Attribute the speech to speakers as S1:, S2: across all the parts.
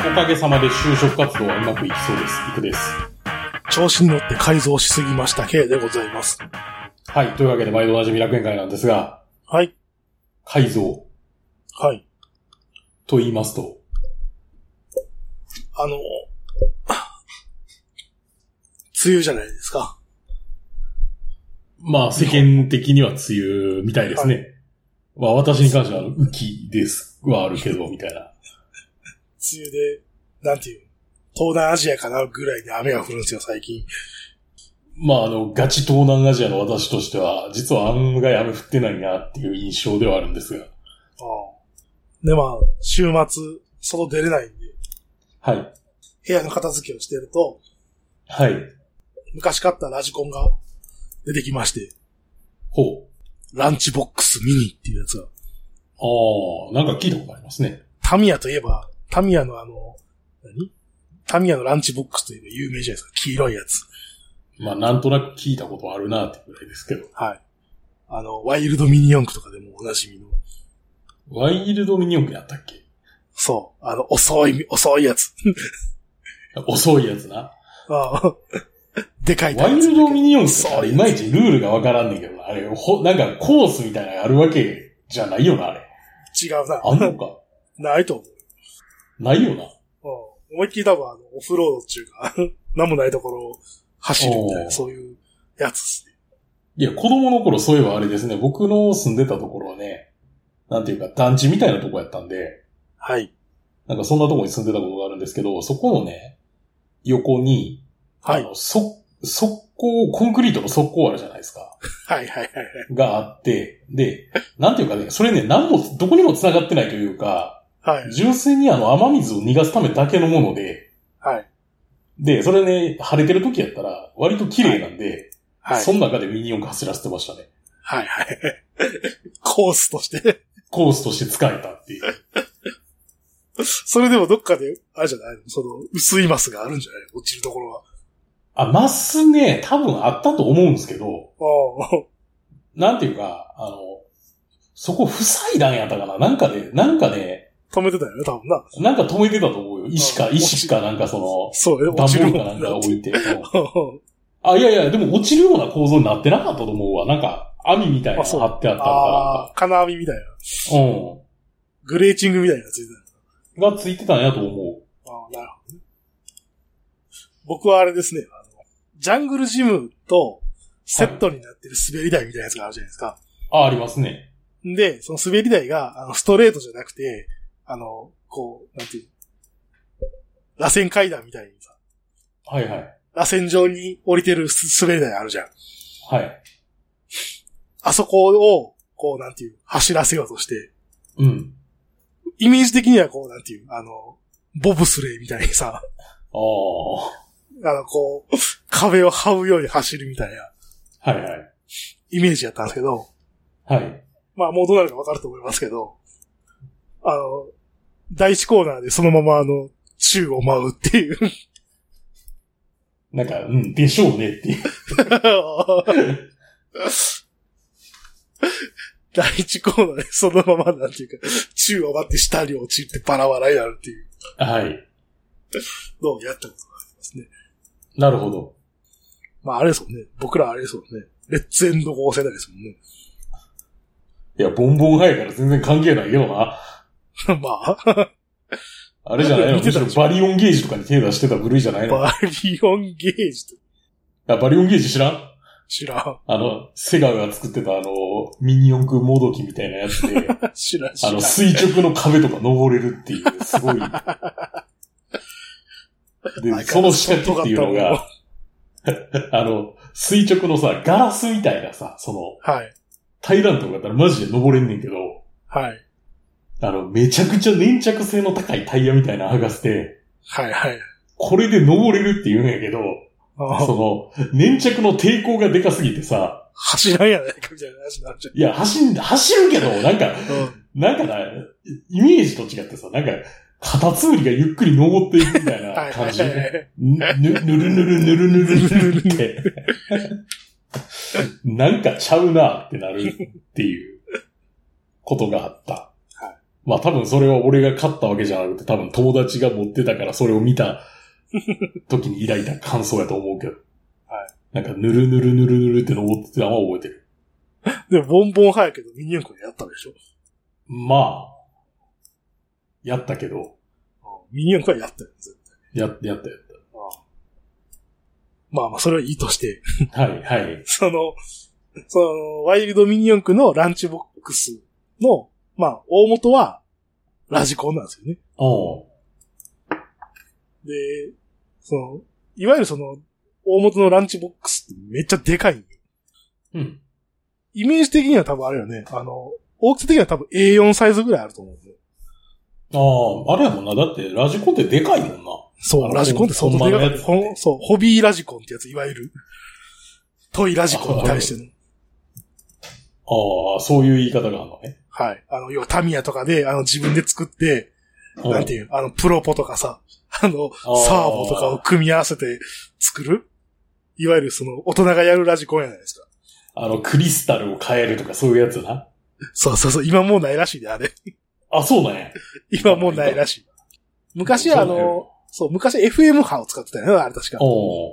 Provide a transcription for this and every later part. S1: おかげさまで就職活動はうまくいきそうです。いくです。
S2: 調子に乗って改造しすぎました K でございます。
S1: はい。というわけで、毎度おなじみ楽園会なんですが、
S2: はい。
S1: 改造
S2: はい。
S1: と言いますと、
S2: あの、梅雨じゃないですか。
S1: まあ、世間的には梅雨みたいですね。まあ、私に関しては、雨季です。はあるけど、みたいな。
S2: 梅雨で、なんていう、東南アジアかなぐらいで雨が降るんですよ、最近。
S1: まあ、あの、ガチ東南アジアの私としては、実は案外雨降ってないなっていう印象ではあるんですが。
S2: で、まあ、週末、外出れないんで、
S1: はい。
S2: 部屋の片付けをしてると、
S1: はい。
S2: 昔買ったラジコンが出てきまして、
S1: ほう。
S2: ランチボックスミニっていうやつが、
S1: ああ、なんか聞いたことありますね。
S2: タミヤといえば、タミヤのあの、何タミヤのランチボックスといえば有名じゃないですか。黄色いやつ。
S1: まあ、なんとなく聞いたことあるなってぐらいですけど。
S2: はい。あの、ワイルドミニ四駆とかでもおなじみの。
S1: ワイルドミニオンやったっけ
S2: そう。あの、遅い、遅いやつ。
S1: 遅いやつな。
S2: ああ でかいタ
S1: ワ
S2: イ
S1: イ
S2: プ
S1: ルドミニオンってあれいまいちルールがわからんねんけどな。あれ、ほ、なんかコースみたいなのがあるわけじゃないよな、あれ。
S2: 違うな。
S1: あんのか。
S2: ないと思う
S1: ないよな。
S2: うん。思いっきり多分あの、オフロードっていうか、 なんもないところを走るみたい
S1: おー
S2: な、そういうやつですね。
S1: いや、子供の頃そういえばあれですね、僕の住んでたところはね、なんていうか団地みたいなとこやったんで、
S2: はい。
S1: なんかそんなとこに住んでたことがあるんですけど、そこのね、横に、
S2: は
S1: あ
S2: い。
S1: の、そ、速攻、コンクリートの速攻あるじゃないですか。
S2: はいはいはいはい。
S1: があって、で、なんていうかね、それね、何も、どこにも繋がってないというか、
S2: はい。
S1: 純粋にあの雨水を逃がすためだけのもので、
S2: はい。
S1: で、それね、晴れてる時やったら、割と綺麗なんで、
S2: はい
S1: そ。の中でミニ四駆走らせてましたね。
S2: はいはい。 コースとして。
S1: コースとして使えたっていう。
S2: それでもどっかで、あれじゃないのその、薄いマスがあるんじゃない落ちるところは。
S1: あ、マスね、多分あったと思うんですけど、
S2: ああ。
S1: なんていうか、あの、そこ塞いだんやったかななんかで、なんかね、
S2: 止めてたよね、多分な。
S1: なんか止めてたと思うよ。石か、
S2: うん
S1: 石かなんかそ
S2: そうね、
S1: の、段
S2: 落ち
S1: ボ
S2: る
S1: ール
S2: も
S1: かなん
S2: ん
S1: か
S2: な。
S1: 置いて。うんあ、いやいや、でも落ちるような構造になってなかったと思うわ。なんか、網みたいなの
S2: あそう
S1: 張ってあったの
S2: あ
S1: か
S2: あ、金網みたいな。
S1: なんか。うん。
S2: グレーチングみたいなやついてた
S1: がついてたんやと思う。
S2: ああ、なるほどね。僕はあれですね、あの、ジャングルジムとセットになってる滑り台みたいなやつがあるじゃないですか。
S1: あ、ありますね。
S2: で、その滑り台が、あの、ストレートじゃなくて、あの、こう、なんていうの、螺旋階段みたいにさ、
S1: はいはい。
S2: 螺旋状に降りてるす滑り台あるじゃん。
S1: はい。
S2: あそこを、こう、なんていう、走らせようとして、
S1: うん。
S2: イメージ的にはこう、なんていう、あの、ボブスレーみたいにさ、
S1: ああ。
S2: あの、こう、壁を這うように走るみたいな
S1: はいはい。
S2: イメージやったんですけど、
S1: はい。
S2: まあもうどうなるかわかると思いますけど、あの、第一コーナーでそのままあの、宙を舞うっていう。
S1: なんか、うん、でしょうねって いう。
S2: 第一コーナーでそのままなんていうか、宙を舞って下に落ちてバラバラになるっていう
S1: はい。
S2: のをやったことがありますね。
S1: なるほど。
S2: まああれですもんね。僕らあれですもんね。レッツエンド合世代ですもんね。
S1: いや、ボンボンハイから全然関係ないよな。
S2: まあ、
S1: あれじゃないの
S2: 見てたで
S1: むしろバリオンゲージとかに手出してた部類じゃないの
S2: バリオンゲージと
S1: あバリオンゲージ知らん
S2: 知らん。
S1: あの、セガが作ってたあの、ミニ四駆モード機みたいなやつで、
S2: 知らん、知
S1: あ
S2: らん
S1: の、。垂直の壁とか登れるっていう、すごい。で、その仕掛けっていうのが、あの、垂直のさ、ガラスみたいなさ、その、
S2: はい。
S1: 平らんとこだったらマジで登れんねんけど、
S2: はい。
S1: あの、めちゃくちゃ粘着性の高いタイヤみたいなの剥がして、
S2: はい、はい。
S1: これで登れるって言うんやけど、
S2: ああ
S1: その、粘着の抵抗がでかすぎてさ、
S2: 走らんやないかみたいな話になっちゃう。
S1: いや、走ん、走るけど、なんか、なんかな、イメージと違ってさ、なんか、カタツムリがゆっくり登っていくみたい
S2: は、
S1: ない
S2: は
S1: 感
S2: い
S1: じ。
S2: はいは
S1: ぬ、
S2: い。
S1: ぬぬるぬるぬるぬるぬるって。なんかちゃうなってなるっていうことがあった。まあ多分それは俺が勝ったわけじゃなくて、多分友達が持ってたからそれを見た時に抱いた感想やと思うけど。。
S2: はい
S1: なんか、ぬるぬるぬるぬるって登ってたのは覚えてる。
S2: でも、ボンボン早いけど、ミニ四駆でやったでしょ。
S1: まあ、やったけど、
S2: うんミニ四駆はやったよ、絶対。
S1: や、やったやっ
S2: まあまあ、それはいいとして、
S1: た。 はい、はい。
S2: その、その、ワイルドミニ四駆のランチボックスの、まあ、大元は、ラジコンなんですよね。
S1: おう
S2: で、その、いわゆるその、大元のランチボックスってめっちゃでかいんよ。
S1: うん。
S2: イメージ的には多分あれよね、あの、大きさ的には多分 A4 サイズぐらいあると思う。
S1: ああ、あれやもんな。だって、ラジコンってでかいもんな。
S2: そ
S1: あ
S2: う、
S1: の
S2: ラジコンって相当で
S1: ほ
S2: か
S1: んま
S2: い
S1: のやつ
S2: ほんそう、ホビーラジコンってやつ、いわ ゆる。トイラジコンに対しての。
S1: ああ、そういう言い方があるのね。
S2: はい。あの、要はタミヤとかで、あの、自分で作って、
S1: うん
S2: なんていう、あの、プロポとかさ、あの、
S1: ー
S2: サーボとかを組み合わせて作るいわゆるその、大人がやるラジコンやないですか。
S1: あの、クリスタルを変えるとかそういうやつな。
S2: そうそうそう、今もうないらしいで、あれ。
S1: あ、そうなんや。
S2: 今もうないらしい。昔はあ
S1: そうだ
S2: の
S1: よ、
S2: そう、昔 FM 波を使ってたよね、あれ確か。
S1: おう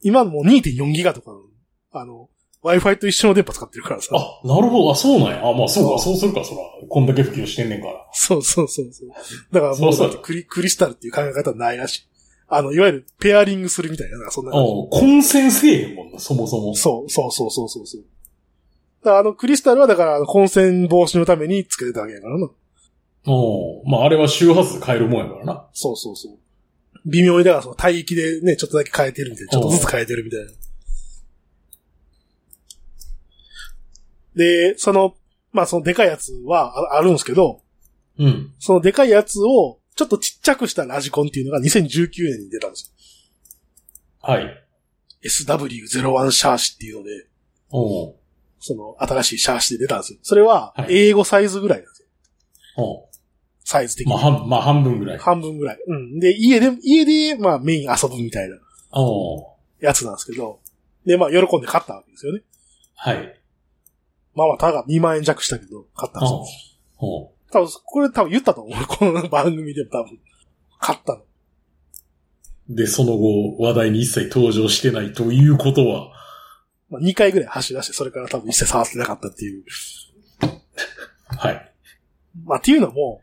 S2: 今もう2.4ギガとかの、あの、Wi-Fi と一緒の電波使ってるからさ。
S1: あ、なるほど。あ、そうなんや。あ、まあそうか。そうするか、そら。こんだけ普及してんねんから。
S2: そうそうそうそう。だからもう
S1: そうそ
S2: だ
S1: う
S2: ってクリクリスタルっていう考え方はないらしい。あの、いわゆるペアリングするみたいな、なんかそんな感じ。
S1: おう混戦せえへんもんな、そもそも。
S2: そうそうそうそうそうそう。だからあの、クリスタルはだからあの混戦防止のためにつけてたわけやからな。
S1: おうまああれは周波数変えるもんやからな。
S2: そうそうそう。微妙にだからその帯域でね、ちょっとだけ変えてるみたいな、ちょっとずつ変えてるみたいな。で、その、まあそのでかいやつはああるんですけど、
S1: うん。
S2: そのでかいやつをちょっとちっちゃくしたラジコンっていうのが2019年に出たんですよ
S1: はい。
S2: SW01 シャーシっていうので、
S1: おう
S2: その新しいシャーシで出たんですよ。それは
S1: はい
S2: 英語サイズぐらいなんですよ。
S1: おう
S2: サイズ的に。
S1: まあ、半まあ、半分ぐらい。
S2: 半分ぐらい。うん。で、家で、家で、まあメイン遊ぶみたいな
S1: おう
S2: やつなんですけど、で、まあ喜んで買ったわけですよね。
S1: はい。
S2: まあまあ、たが2万円弱したけど、買ったんです
S1: お
S2: よ
S1: う。おう
S2: 多分、これ多分言ったと思う。 この番組でも多分、買ったの。
S1: で、その後、話題に一切登場してないということは、
S2: まあ2回ぐらい走り出して、それから多分一切触ってなかったっていう。
S1: はい。
S2: まあっていうのも、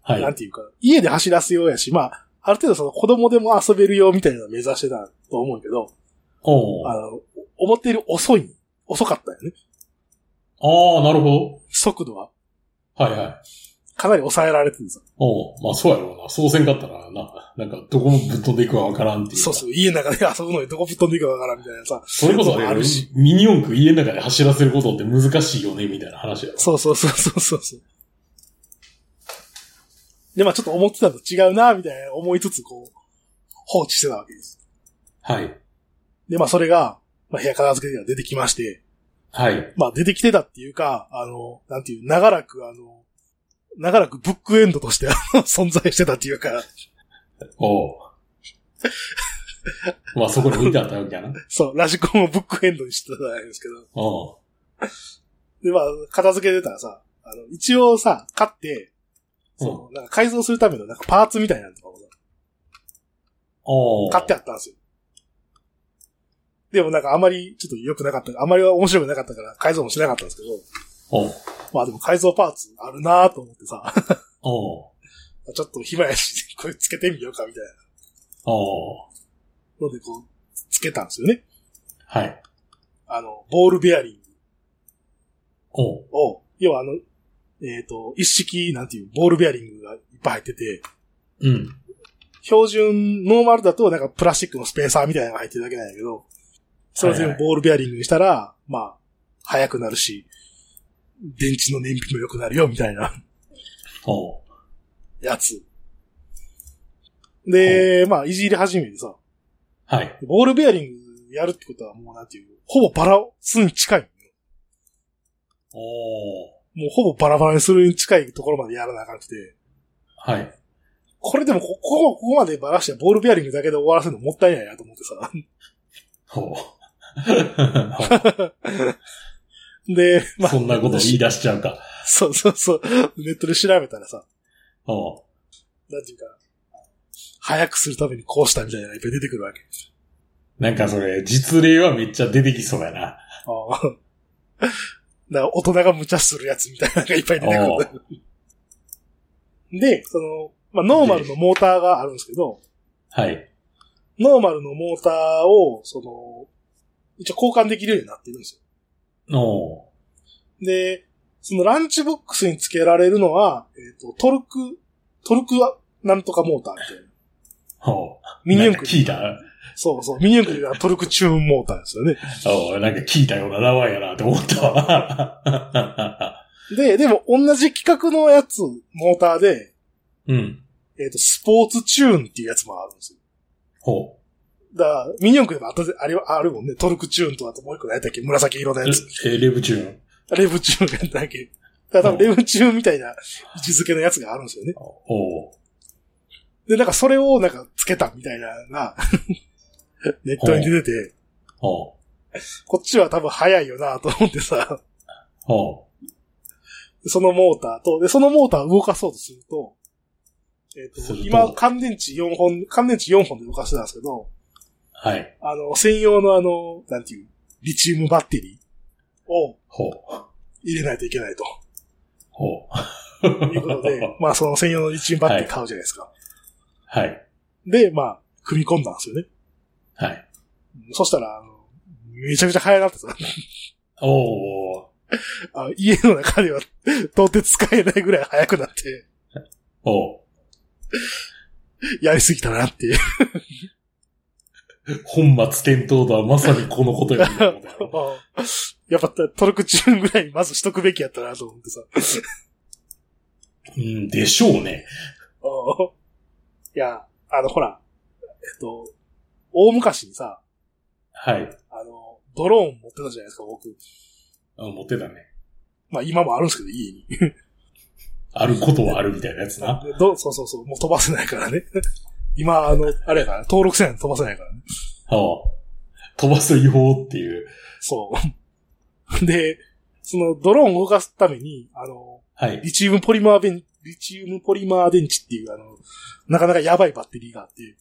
S1: はい。
S2: なんていうか、家で走らすようやし、まあ、ある程度その子供でも遊べるよみたいなのを目指してたと思うけど、
S1: おう
S2: あ
S1: あ
S2: の、思ったより遅い、遅かったよね。
S1: あー、なるほ
S2: 速度は。
S1: ど。はいはい。
S2: かなり抑えられてるさ。
S1: おうまあそうやろうな。そうせんかったらな、なんかどこもぶっ飛んでいくかわからんっていうか。
S2: そうそう、家の中で遊ぶのにどこぶっ飛んでいくかわからんみたいなさ。
S1: それこそあれ
S2: あるし
S1: ミニ四駆家の中で走らせることって難しいよね、みたいな話やろ。
S2: そうそうそうそうそうそう。で、まあちょっと思ってたのと違うな、みたいな思いつつ、こう、放置してたわけです。
S1: はい。
S2: で、まあそれが、まあ部屋片付けが出てきまして、
S1: はい。
S2: まあ出てきてたっていうか、あの、なんていう、長らくあの、長らくブックエンドとしてあの存在してたっていうか、
S1: おう まあそこに置いてあったわけやな。
S2: そう、ラジコンをブックエンドにしてたじゃないですけど、
S1: おう
S2: で、まあ、片付けてたらさ、あの、一応さ、買って、
S1: うん
S2: その、なんか改造するためのなんかパーツみたいなのとかもさ
S1: おう
S2: 買ってあったんですよ。でもなんかあまりちょっと良くなかった、あまりは面白くなかったから改造もしなかったんですけど、
S1: おう
S2: まあでも改造パーツあるなと思ってさ、
S1: おう
S2: ちょっと暇やし、これつけてみようかみたい
S1: おう
S2: なのでこう、つけたんですよね。
S1: はい。
S2: あの、ボールベアリン
S1: おう
S2: グを、要はあの、えっ、と、一式なんていうボールベアリングがいっぱい入ってて、
S1: うん。
S2: 標準、ノーマルだとなんかプラスチックのスペーサーみたいなのが入ってるだけなんやけど、それを全
S1: はい
S2: 部
S1: はい
S2: ボールベアリングにしたら、まあ、速くなるし、電池の燃費も良くなるよ、みたいな
S1: おう
S2: やつ。で、まあ、いじり始めてさ、
S1: はい。
S2: ボールベアリングやるってことはもうなんていう、ほぼバラすに近い。
S1: おう
S2: もうほぼバラバラにするに近いところまでやらなあかんくて、
S1: はい。
S2: これでもここ、ここまでバラしてボールベアリングだけで終わらせるのもったいないなと思ってさ。
S1: おう
S2: で、まあ、
S1: そんなこと言い出しちゃうか。
S2: そうそうそう。ネットで調べたらさ、
S1: ああ。
S2: なんていうか、早くするためにこうしたみたいなのがいっぱい出てくるわけ。
S1: なんかそれ、実例はめっちゃ出てきそうやな。
S2: ああ だから大人が無茶するやつみたいなのがいっぱい出てくる。で、その、まあ、ノーマルのモーターがあるんですけど、
S1: はい。
S2: ノーマルのモーターを、その、一応交換できるようになってるんです
S1: おう
S2: よ。で、そのランチボックスに付けられるのは、えっ、と、トルク、トルクはなんとかモーターみたいな。
S1: おう
S2: ミニ
S1: な
S2: 四
S1: んか
S2: 駆。
S1: 聞いた
S2: そうそう。ミニ四駆がトルクチューンモーターですよね。
S1: おうなんか聞いたような名前やなって思ったわ。
S2: で、でも同じ規格のやつ、モーターで、
S1: うん。
S2: えっ、と、スポーツチューンっていうやつもあるんですよ。
S1: ほ
S2: だから、ミニ四駆でも後であれはあるもんね。トルクチューンとあともう一個何やったっけ紫色の
S1: う。
S2: やつ。
S1: え、レブチューン。
S2: レブチューンやったっけ。だから多分レブチューンみたいな位置づけのやつがあるんですよね。
S1: おう
S2: で、なんかそれをなんかつけたみたいなのが、 ネットに出てて、
S1: おう
S2: こっちは多分早いよなと思ってさ、
S1: おう
S2: そのモーターと、で、そのモーターを動かそうとすると、えっ、
S1: す
S2: と、
S1: ると
S2: 今乾電池4本、乾電池4本で動かしてたんですけど、
S1: はい。
S2: あの、専用のあの、なんていう、リチウムバッテリーを
S1: ほう。
S2: 入れないといけないと
S1: ほう。
S2: いうこと で、まあその専用のリチウムバッテリー買うじゃないですか。
S1: はい。
S2: で、まあ、組み込んだんですよね。
S1: はい。
S2: そしたら、あのめちゃくちゃ早なってさ、
S1: おう
S2: あ家の中では 到底使えないぐらい早くなって、
S1: おう
S2: やりすぎたなっていう。
S1: 本末転倒とはまさにこのことやな
S2: やっぱトルクチューンぐらいまずしとくべきやったなと思ってさ。
S1: うん、でしょうね。
S2: いや、あの、ほら、えっと、大昔にさ、
S1: はい。
S2: あの、ドローン持ってたじゃないですか、僕。
S1: あ持ってたね。
S2: まあ今もあるんですけど、家に。
S1: あることはあるみたいなやつな。
S2: で どそうそうそう、もう飛ばせないからね。 今、あの、あれやから、登録せないと飛ばせないからね。
S1: はあ、飛ばす違法っていう。
S2: そう。で、そのドローンを動かすために、あの、
S1: はい。
S2: リチウムポリマー電、リチウムポリマー電池っていう、あの、なかなかやばいバッテリーがあって、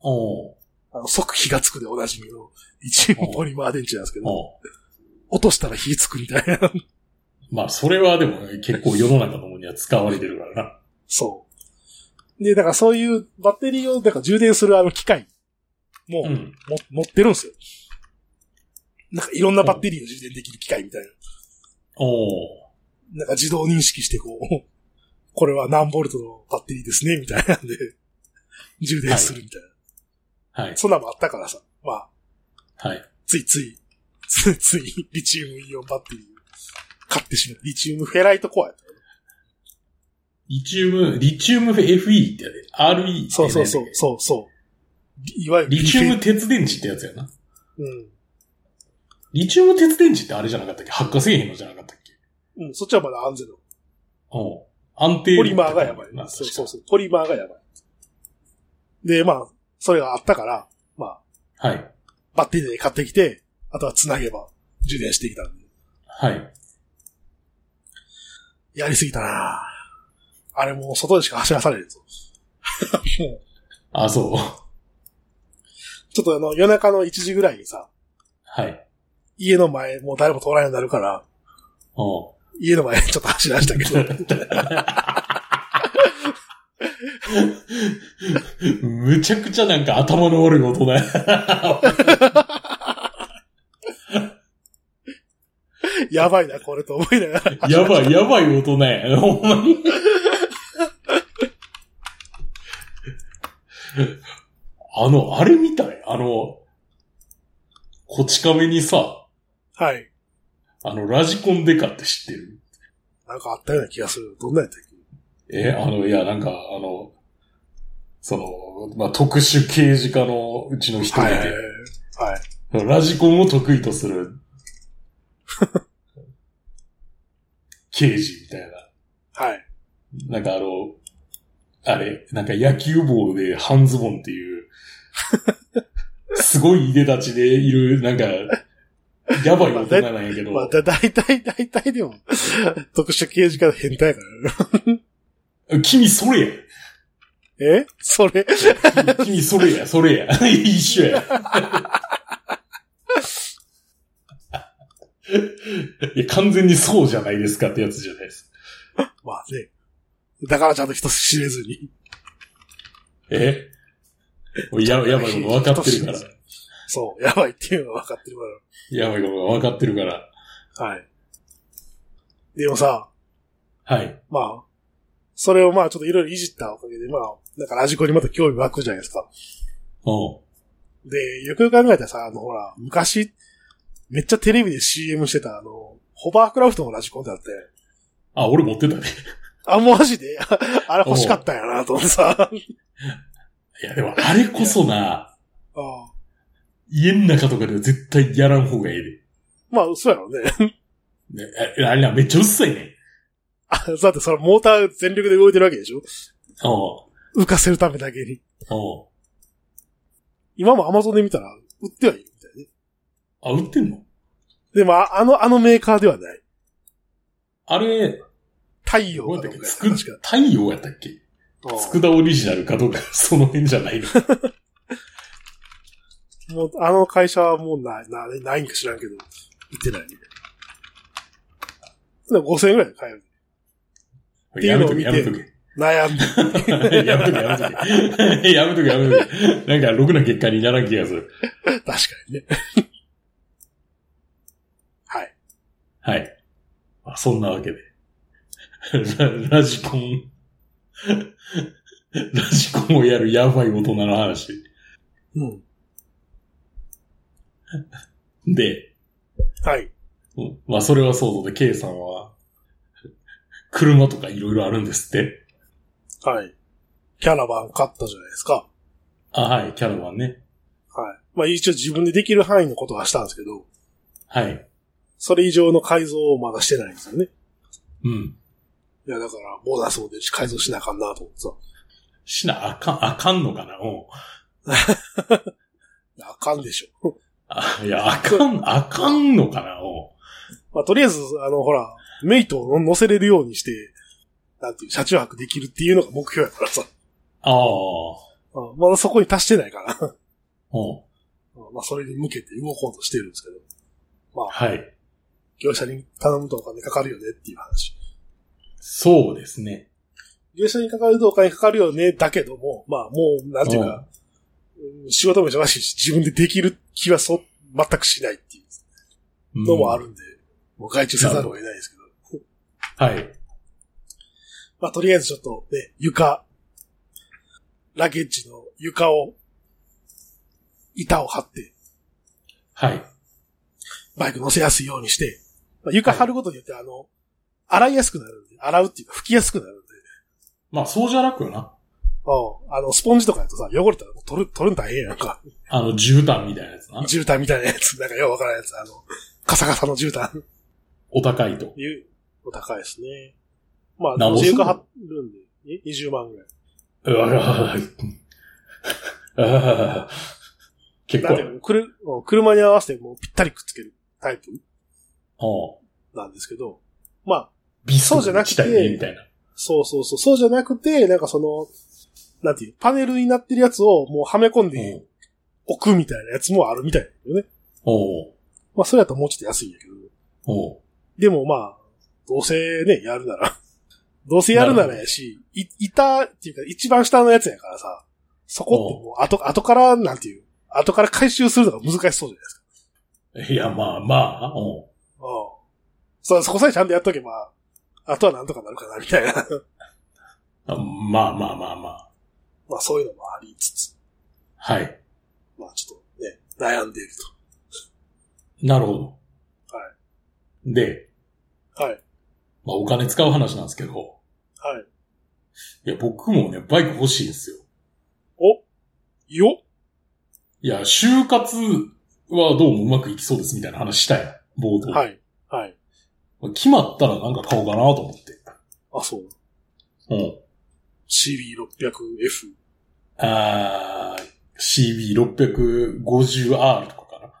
S1: おう
S2: あの、即火がつくでおなじみの、リチウムポリマー電池なんですけど、
S1: おう
S2: 落としたら火つくみたいな。
S1: まあ、それはでもね結構世の中のものには使われてるからな。
S2: そう。で、だからそういうバッテリーを、だから充電するあの機械も、
S1: うん。
S2: も持ってるんですよ。なんかいろんなバッテリーを充電できる機械みたいな。
S1: おう
S2: なんか自動認識してこう、 これは何ボルトのバッテリーですね、みたいなんで、 充電するみたいな。
S1: はい。
S2: そんなのもあったからさ。まあ、
S1: はい。
S2: ついつい、ついつい、リチウムイオンバッテリーを買ってしまう。リチウムフェライトコアやったよね
S1: リチウム、リチウム FE ってやで。RE ってね
S2: そうそうそう、そうそう。いいわゆる
S1: リチウム
S2: リ
S1: 鉄電池ってやつやな。
S2: フェ
S1: リチウム鉄電池ってあれじゃなかったっけ発火せえへんのじゃなかったっけ
S2: うん。うん、そっちはまだ安全の。
S1: おう安定
S2: ポリマーがやばい。
S1: な。
S2: そう
S1: 確か
S2: そうそう、ポリマーがやばい。で、まあ、それがあったから、まあ、
S1: はい。
S2: バッテリーで買ってきて、あとは繋げば充電してきたんで。
S1: はい。
S2: やりすぎたなあれもう外でしか走らされるぞ。もう
S1: あ、そう。
S2: ちょっとあの、夜中の1時ぐらいにさ、
S1: はい。
S2: 家の前、もう誰も通らないようになるから、
S1: おう
S2: 家の前にちょっと走らしたけど、
S1: むちゃくちゃなんか頭の悪い大人や。
S2: やばいな、これと思いながら。
S1: やばい、やばい大人や。 ほんまに。あの、あれみたい。あの、こち亀にさ、
S2: はい。
S1: あの、ラジコンデカって知ってる
S2: なんかあったような気がする。どんなんやったっけ
S1: え、あの、いや、なんか、あの、その、まあ、特殊刑事課のうちの一人で、
S2: はいはいはい。はい。
S1: ラジコンを得意とす る、刑事みたいな。
S2: はい。
S1: なんかあの、あれ、なんか野球帽で半ズボンっていう、すごい出立ちでいる、なんか、やばい大人なんやけど、
S2: まあ、だ、だいたい、だいたいでも、特殊刑事課の変態やからね。
S1: 君それや。
S2: えそれ、
S1: 君それや、それや。一緒や。いや、完全にそうじゃないですかってやつじゃないです。
S2: まあね。だからちゃんと人知れずに。
S1: えもうややばいもの分かってるから。
S2: そう、やばいっていうのは分かってるか
S1: やばいことが分かってるから。
S2: ら。はい。でもさ、
S1: はい。
S2: まあ、それをまあちょっといろいろいじったおかげで、まあ、だからラジコにまた興味湧くじゃないですか。
S1: おう
S2: で、よくよく考えたらさ、あの、ほら、昔、めっちゃテレビで CM してた、あの、ホバークラフトのラジコンってあって、
S1: あ、俺持ってたね。
S2: あ、マジであれ欲しかったんやな、と思ってさ。
S1: いや、でもあれこそな、
S2: ああ
S1: 家の中とかでは絶対やらん方がいい
S2: まあ、そうやろね。
S1: で。ねああれな、めっちゃうっさいね。
S2: あだってそれモーター全力で動いてるわけでしょ
S1: おう
S2: 浮かせるためだけに。
S1: おう
S2: 今も Amazon で見たら、売ってはいるみたいね。
S1: あ、売ってんの
S2: でも、ああの、あのメーカーではない。
S1: あれ、
S2: 太陽
S1: どう
S2: が
S1: や
S2: ど
S1: ったっけ
S2: うか
S1: つく
S2: やった確か。
S1: 太陽やったっけつくだオリジナルかどう か、その辺じゃない の。
S2: うんもう、あの会社はもうない、なないんか知らんけど、売ってない。でも5000円ぐらいで買える。てい
S1: や
S2: う
S1: め
S2: のを
S1: とけ、
S2: 見て
S1: やめとけ。
S2: 悩んで。
S1: やめとけ、やめとけ。 やめとけ、やめとけ。なんか、ろくな結果にならん気がする。
S2: 確かにね。はい。
S1: はい。まあ、そんなわけで。ラ ラジコン。ラジコンをやるやばい大人の話。
S2: うん。
S1: で、
S2: はい。
S1: うんまあそれはそうで、K さんは、車とかいろいろあるんですって。
S2: はい。キャラバン買ったじゃないですか。
S1: あ、はい、キャラバンね。
S2: はい。まあ一応自分でできる範囲のことはしたんですけど、
S1: はい。
S2: それ以上の改造をまだしてないんですよね。
S1: うん。い
S2: いや、だから、ボーナスも出るし、改造しなあかんなと思ってさ。
S1: しな、あかん、あかんのかなうん。
S2: いやあかんでしょ。
S1: あ、いや、あかん、あかんのかなうん。
S2: まあ、とりあえず、あの、ほら、メイトを乗せれるようにして、なんていう、車中泊できるっていうのが目標やからさ。
S1: ああ。
S2: うんまだそこに達してないから。 うん
S1: うん。
S2: まあ、それに向けて動こうとしてるんですけど、
S1: はい。
S2: 業者に頼むとお金かかるよねっていう話。
S1: そうですね。
S2: 業者にかかるとお金かかるよね、だけども、まあ、もう、なんていうか、うん仕事も忙しいし、自分でできる気はそ、全くしないっていう
S1: うん
S2: のもあ。るんで、もう外注せざるを得ないですけど。
S1: はい。
S2: まあ、とりあえずちょっとね、床、ラゲッジの床を、板を張って、
S1: はい。
S2: バイク乗せやすいようにして、まあ、床張ることによって、あの、洗いやすくなるんで、洗うっていうか、拭きやすくなるんで、
S1: まあ、そうじゃ楽よな。
S2: うんあの、スポンジとかやとさ、汚れたらもう取る、取るの大変やんか。
S1: あの、絨毯みたいなやつな。
S2: 絨毯みたいなやつ、なんかようわからんやつ、あの、カサカサの絨毯、
S1: お高いと。
S2: いう、お高いですね。まあ、
S1: なんぼすんの
S2: 自由化張るんで、え20万ぐらい。
S1: うわ ぁ。結
S2: な
S1: 構
S2: ん
S1: や
S2: で、
S1: る。
S2: くるうん車に合わせてもうぴったりくっつけるタイプ
S1: お
S2: なんですけど、まあ、
S1: ビス
S2: そうじゃなくて
S1: 地帯にみたいな。
S2: そうそうそう。そうじゃなくて、なんかその、なんていう、パネルになってるやつをもうはめ込んで
S1: お
S2: おくみたいなやつもあるみたいだよね。
S1: おう
S2: まあ、それだともうちょっと安いんやけど。
S1: おう
S2: でもまあ、どうせね、やるなら。 どうせやるならやし、い、板っていうか一番下のやつやからさ、そこってもう後、後から、なんていう、後から回収するのが難しそうじゃないですか。
S1: いや、まあまあ、おう
S2: うん。そう、そこさえちゃんとやっとけば、あとはなんとかなるかな、みたいな。
S1: あまあまあまあまあ。
S2: まあそういうのもありつつ、
S1: はい。
S2: まあちょっとね、悩んでいると。
S1: なるほど。。
S2: はい
S1: で、
S2: はい。
S1: まあお金使う話なんですけど、
S2: はい。
S1: いや、僕もね、バイク欲しいんですよ。
S2: およ
S1: いや、就活はどうもうまくいきそうですみたいな話したやん。冒頭。
S2: はい。はい。
S1: 決まったらなんか買おうかなと思って。
S2: あ、そう。
S1: うん。
S2: CB600F。
S1: あー、CB650R とかか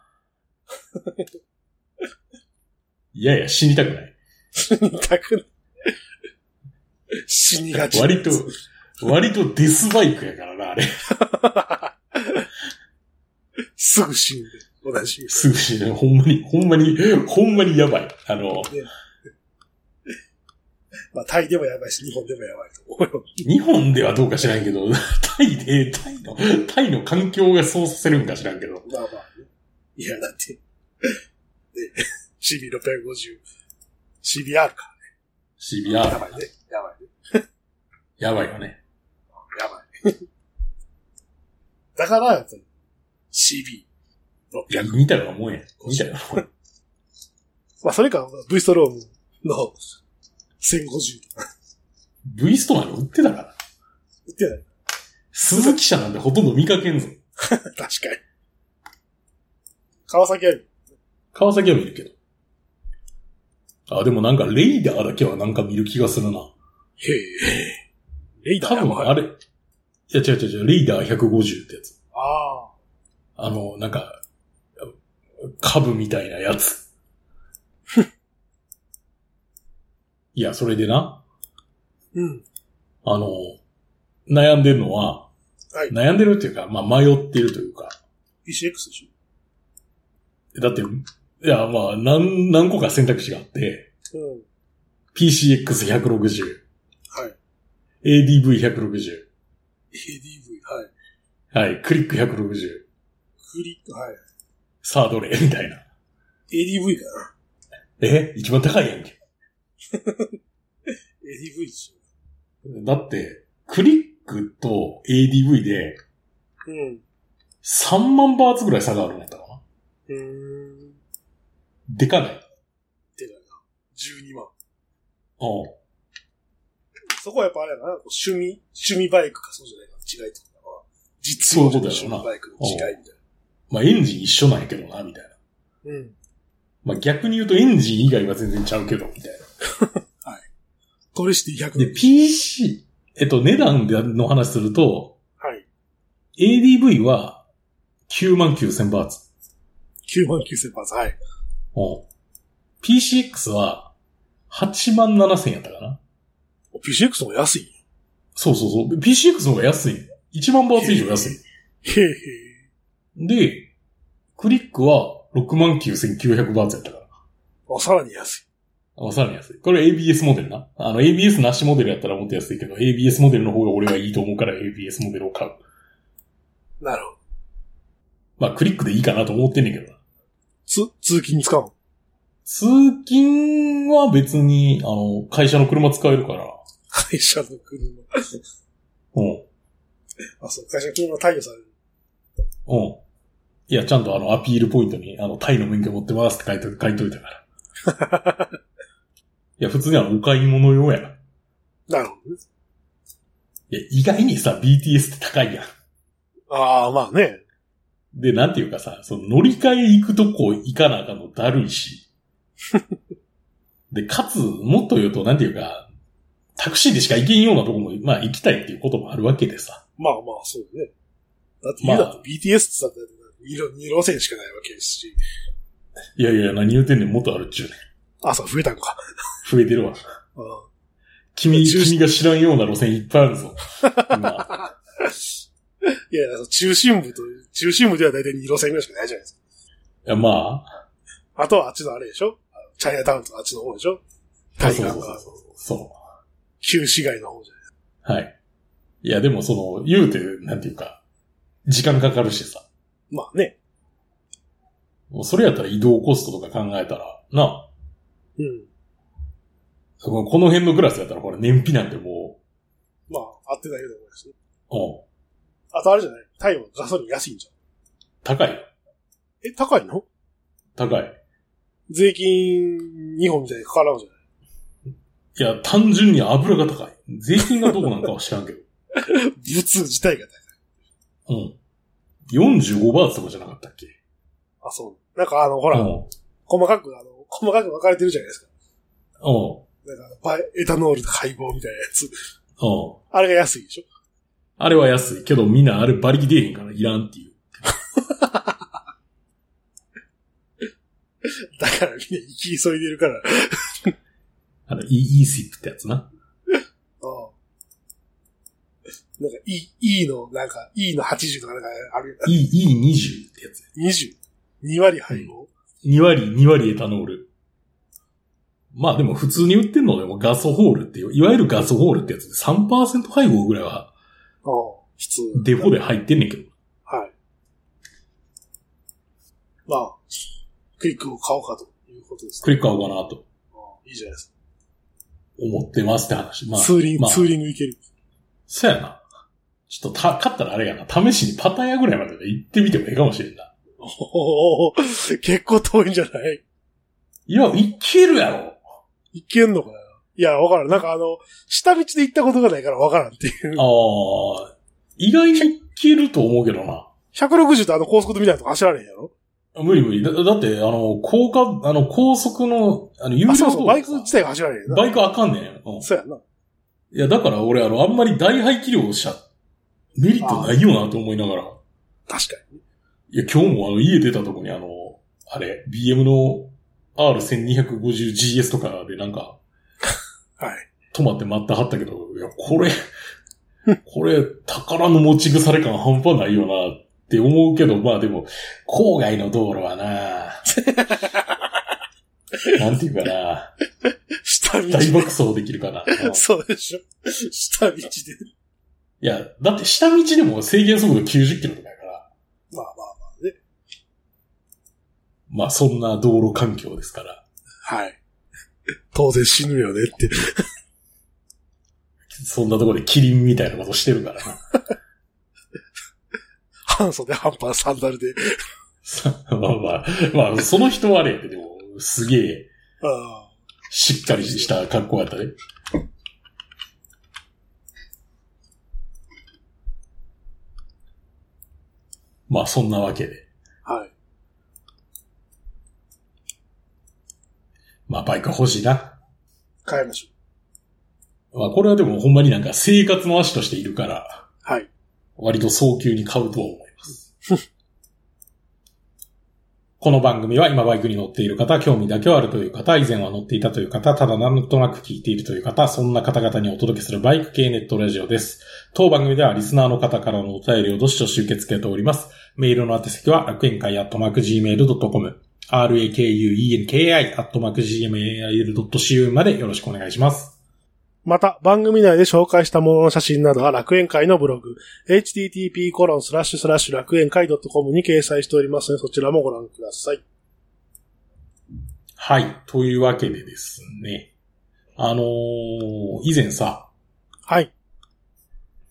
S1: な。 いやいや、死にたくない。
S2: 見たくない。 死にがち。
S1: 割と、割とデスバイクやからな、あれ。
S2: すぐ死ぬで、おなじみ。
S1: すぐ死ぬ。ほんまに、ほんまに、ほんまにやばい。あの、
S2: まあ、タイでもやばいし、日本でもやばいと思うよ。
S1: 日本ではどうか知らんけど、 タイで、タイの、タイの環境がそうさせるんか知らんけど。
S2: まあまあ、ね。いや、だ って、ね、CB650、CBR か。や
S1: CBR。
S2: ばいね。やばいね。
S1: やばいよね。
S2: やばい。だから、やっぱり CB。
S1: いや、見たようなもんや。見たようなもんや。
S2: まあ、それか、V ストロームの1050。
S1: V ストアに売ってたから。
S2: 売ってない。
S1: 鈴木社なんてほとんど見かけんぞ。
S2: 確かに。川崎は
S1: 川崎は見るけど。あ、でもなんかレイダーだけはなんか見る気がするな。
S2: へえ。レイダー
S1: 多分あれ。いや、違う違う違う、レイダー150ってやつ。
S2: ああ。
S1: あの、なんか、株みたいなや つ。いや、それでな、
S2: うん。
S1: あの、悩んでるのは、
S2: はい
S1: 悩んでるっていうか、まあ迷ってるというか、
S2: PCX でし
S1: だって、いや、まあ、何、何個か選択肢があって、
S2: ょ。うん。
S1: PCX160、
S2: はい。
S1: ADV160、
S2: ADV、はい。
S1: はい、クリック160、
S2: クリック、はい。
S1: サードレーンみたいな。
S2: ADV かな。
S1: え一番高いやんけ。
S2: ADV でし
S1: だって、クリックと ADV で
S2: ょ。うん。
S1: 3万バーツぐらい差があるんだったかな
S2: うーん。
S1: でかない。
S2: 12万。
S1: うん。
S2: そこはやっぱあれやな、趣味、趣味バイクかそうじゃないかの違いとかは、実
S1: そうい
S2: 用
S1: うこととでしょう
S2: 趣味
S1: な
S2: バイクの違いみたい
S1: まあ、エンジン一緒なんやけどな、みたいな。
S2: な。うん。
S1: まあ、逆に言うとエンジン以外は全然ちゃうけど、みたいな。
S2: これして100
S1: で、PC、えっと、値段での話すると、
S2: はい。
S1: ADV は9万9000バーツ。
S2: 9万9000パーツ。はい。
S1: うん。PCX は8万7000やったかな。
S2: お PCX も安いんや。
S1: そうそうそう。PCX の方が安い。1万バーツ以上安い。
S2: へえへえ。
S1: で、クリックは69,900バーツやったから。
S2: あ、さらに安
S1: あさらに安い。これ ABS モデルな。あの ABS なしモデルやったらもっと安いけど、ABS モデルの方が俺はいいと思うから ABS モデルを買う。
S2: い。なるほど。
S1: まあクリックでいいかなと思ってんねんけどな。
S2: つ、通勤に使うの
S1: 通勤は別に、あの、会社の車使えるから。
S2: 会社の車。
S1: うん。
S2: あ、そう、会社の車が貸与される。
S1: うん。いや、ちゃんとあの、アピールポイントに、あの、タイの免許持ってますって書いと書いといたから。いや、普通にはお買い物用やな。い
S2: なるほどね。
S1: や、意外にさ、BTS って高いやん。
S2: ああ、まあね。
S1: で、なんていうかさ、その乗り換え行くとこ行かなあかんのだるい し。で、かつ、もっと言うと、なんていうか、タクシーでしか行けんようなとこも、まあ行きたいっていうこともあるわけでさ。
S2: まあまあ、そうだね。だって、
S1: まあ
S2: 家だと BTS って言ったって二路、二路線しかないわけですし。
S1: いやいや、何言うてんねん、もっとあるっちゅうねん。
S2: あ、そう、増えたんか。
S1: 増えてるわ。
S2: うん。
S1: 君、
S2: 重視
S1: 君が知らんような路線いっぱいある ぞ。今
S2: いやいや、そう中心部と、中心部では大体二路線ぐらいしかないじゃないです
S1: いや、まあ。
S2: か。あとはあっちのあれでしょあのチャイナタウンとかあっちの方でしょ大
S1: そう
S2: 河
S1: そう
S2: が
S1: そうそ。
S2: 旧市街の方じゃないう
S1: はい。いや、でもその、言うて、なんていうか、時間かかるしさ。
S2: まあね。
S1: もうそれやったら移動コストとか考えたら、なあ
S2: うん。
S1: そのこの辺のクラスだったら、ほら、燃費なんても
S2: まあ、合ってないけど思いますね。
S1: う、うん、
S2: あとあれじゃないタイはガソリン安いんじゃ
S1: 高いよ。
S2: ん。え、高いの
S1: 高い。
S2: 税金日本みたいにかからんじゃない
S1: いや、単純に油が高い。税金がどうなんかは知らんけど。
S2: 物自体が高い。
S1: うん。45バーツとかじゃなかったっけ
S2: あ、そう。なんかあの、ほら、
S1: うん。うん。
S2: 細かく、あの、細かく分かれてるじゃないですか。なんかあの、バイエタノールと配合みたいなやつ。
S1: うん。
S2: あれが安いでしょ
S1: あれは安いけど、みんなあれ馬力出えへんからいらんっていう。
S2: だからみんな行き急いでるから。あ
S1: あの、e シップってやつな。
S2: あなんか E、E の、なんか E の80とかなんかあるよ。
S1: E、E20 ってやつ。
S2: 20。2割配合。
S1: 2割、2割エタノール。まあでも普通に売ってんのでもガソホールっていう、いわゆるガソホールってやつで3%配合ぐらいは
S2: ああ、普通。
S1: デフォで入ってんねんけど。
S2: はい。まあ、クイックを買おうかということですね。
S1: クリック合うかなと
S2: ああいいじゃないですか。
S1: 思ってますって話。まあ、
S2: ツーリング、
S1: まあ
S2: ツーリングいける。
S1: そうやな。ちょっとた、勝ったらあれやな。試しにパタヤぐらいまで行ってみてもいいかもしれんな。
S2: おお結構遠いんじゃない
S1: いや、いけるやろ。
S2: いけんのかないや、わからん。なんかあの、下道で行ったことがないからわからんっていう。
S1: ああ、意外にいけると思うけどな。
S2: 160とあの高速みたいなとこ走られへんやろ
S1: 無理無理。だだって、あの、高架、あの、高速の、あの、有料
S2: あ、そう
S1: 道
S2: そう、
S1: 路
S2: バイク自体が走られへんな。
S1: バイクあかんねん。うん
S2: そうやな。
S1: いや、だから俺、あの、あんまり大排気量をしちゃ、メリットないよなと思いながら。
S2: 確か
S1: いや、今日もあの、家出たとこにあの、あれ、BM の R1250GS とかでなんか、
S2: に。はい。
S1: 止まって待ったはったけど、いや、これ、これ、宝の持ち腐れ感半端ないよなって思うけど、まあでも、郊外の道路はななんていうかな
S2: 下道
S1: 大爆走できるかな。うん
S2: そうでしょ。下道で。
S1: いや、だって下道でも制限速度90キロとかやから、
S2: まあまあ
S1: まあそんな道路環境ですから。
S2: まあ。はい。当然死ぬよねって。
S1: そんなところでキリンみたいなことしてるからな。
S2: 半袖半端サンダルで。
S1: さまあまあ、まあ、その人はあれやけど、すげえ、
S2: ああ。
S1: しっかりした格好やったね。まあそんなわけで。
S2: はい。
S1: まあバイク欲しいな。
S2: 買いましょ
S1: まあこれはでもほんまになんか生活の足としているから、
S2: う。はい。
S1: 割と早急に買うとは思います。 この番組は今バイクに乗っている方、興味だけはあるという方、以前は乗っていたという方、ただなんとなく聞いているという方、そんな方々にお届けするバイク系ネットラジオです。当番組ではリスナーの方からのお便りをどしどし受け付けております。メールの宛先は楽園会アットマーク Gmail.com、rakuenki アットマーク Gmail.co までよろしくお願いします。
S2: また、番組内で紹介したものの写真などは楽園会のブログ、http コロンスラッシュスラッシュ楽園会 .com に掲載しておりますので、そちらもご覧ください。
S1: はい。というわけでですね。あのー以前さ、
S2: はい。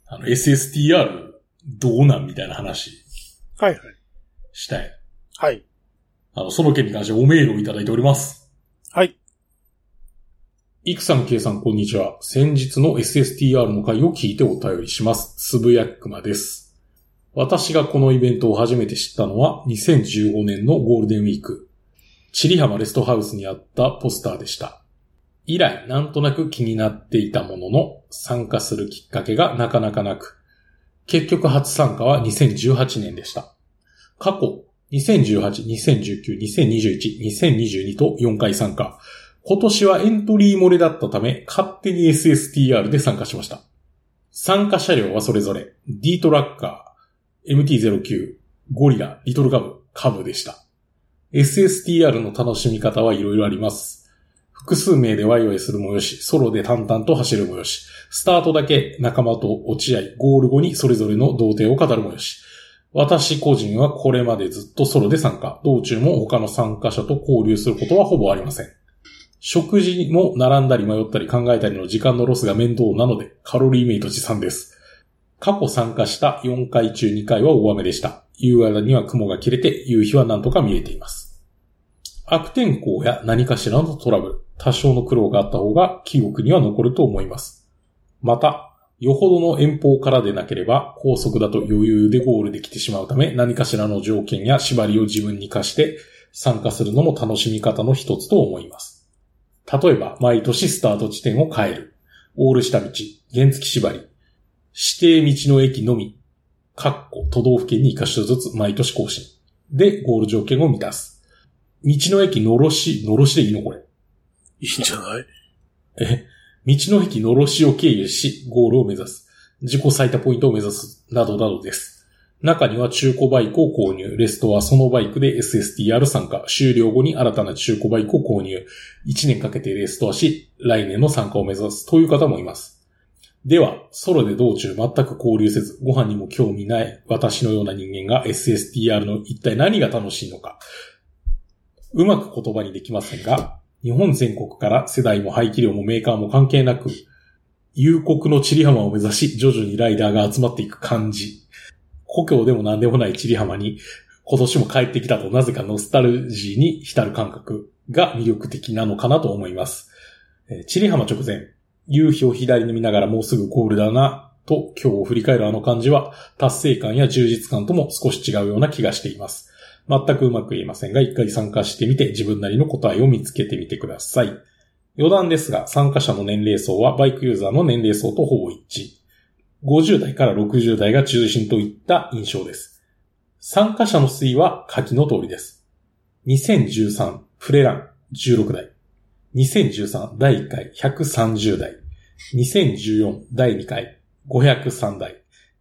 S1: あの SSTR どうなんみたいな話
S2: はいはい。
S1: したい。
S2: はい。
S1: あの、その件に関しておメールをいただいております。
S2: はい。
S1: いくさん、けいさん、こんにちは。先日の SSTR の回を聞いてお便りします。つぶやくまです。私がこのイベントを初めて知ったのは2015年のゴールデンウィーク。チリハマレストハウスにあったポスターでした。以来、なんとなく気になっていたものの、参加するきっかけがなかなかなく、結局初参加は2018年でした。過去、2018、2019、2021、2022と4回参加。今年はエントリー漏れだったため、勝手に SSTR で参加しました。参加車両はそれぞれ、D トラッカー、MT-09、ゴリラ、リトルガム、カブでした。SSTR の楽しみ方はいろいろあります。複数名でワイワイするもよし、ソロで淡々と走るもよし、スタートだけ仲間と落合、ゴール後にそれぞれの童貞を語るもよし、私個人はこれまでずっとソロで参加、道中も他の参加者と交流することはほぼありません。食事も並んだり迷ったり考えたりの時間のロスが面倒なので、カロリーメイト持参です。過去参加した4回中2回は大雨でした。夕方には雲が切れて、夕日はなんとか見えています。悪天候や何かしらのトラブル、多少の苦労があった方が記憶には残ると思います。また、よほどの遠方からでなければ、高速だと余裕でゴールできてしまうため、何かしらの条件や縛りを自分に課して、参加するのも楽しみ方の一つと思います。例えば、毎年スタート地点を変える。オール下道、原付縛り、指定道の駅のみ、各個都道府県に1箇所ずつ毎年更新。で、ゴール条件を満たす。道の駅のろし、のろしでいいのこれ。
S2: いいんじゃない
S1: え、道の駅のろしを経由し、ゴールを目指す。自己最多ポイントを目指す、などなどです。中には中古バイクを購入、レストはそのバイクで SSTR 参加、終了後に新たな中古バイクを購入、1年かけてレストアし、来年の参加を目指すという方もいます。では、ソロで道中全く交流せず、ご飯にも興味ない私のような人間が SSTR の一体何が楽しいのか、うまく言葉にできませんが、日本全国から世代も排気量もメーカーも関係なく、夕刻のチリ浜を目指し、徐々にライダーが集まっていく感じ。故郷でも何でもないチリ浜に、今年も帰ってきたとなぜかノスタルジーに浸る感覚が魅力的なのかなと思います。えーチリ浜直前、夕日を左に見ながらもうすぐゴールだな、と今日を振り返るあの感じは、達成感や充実感とも少し違うような気がしています。全くうまく言えませんが、一回参加してみて自分なりの答えを見つけてみてください。余談ですが、参加者の年齢層はバイクユーザーの年齢層とほぼ一致。50代から60代が中心といった印象です。参加者の推移は下記の通りです。2013プレラン16代。2013第1回130代。2014第2回503代。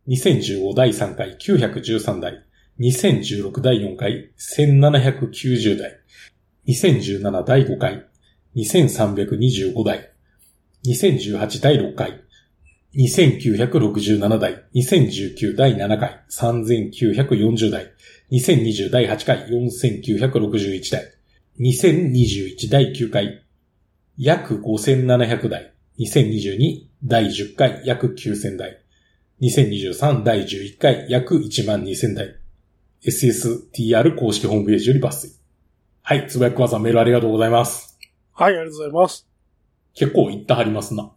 S1: 2015第3回913代。2016第4回1790代。2017第5回2325台、2018第6回、2967台、2019第7回、3940台、2020第8回、4961台、2021第9回、約5700台、2022第10回、約9000台、2023第11回、約12000台、SSTR 公式ホームページより抜粋。はい、つばやくまさんメールありがとうございます。
S2: はい、ありがとうございます。
S1: 結構行ったはりますな。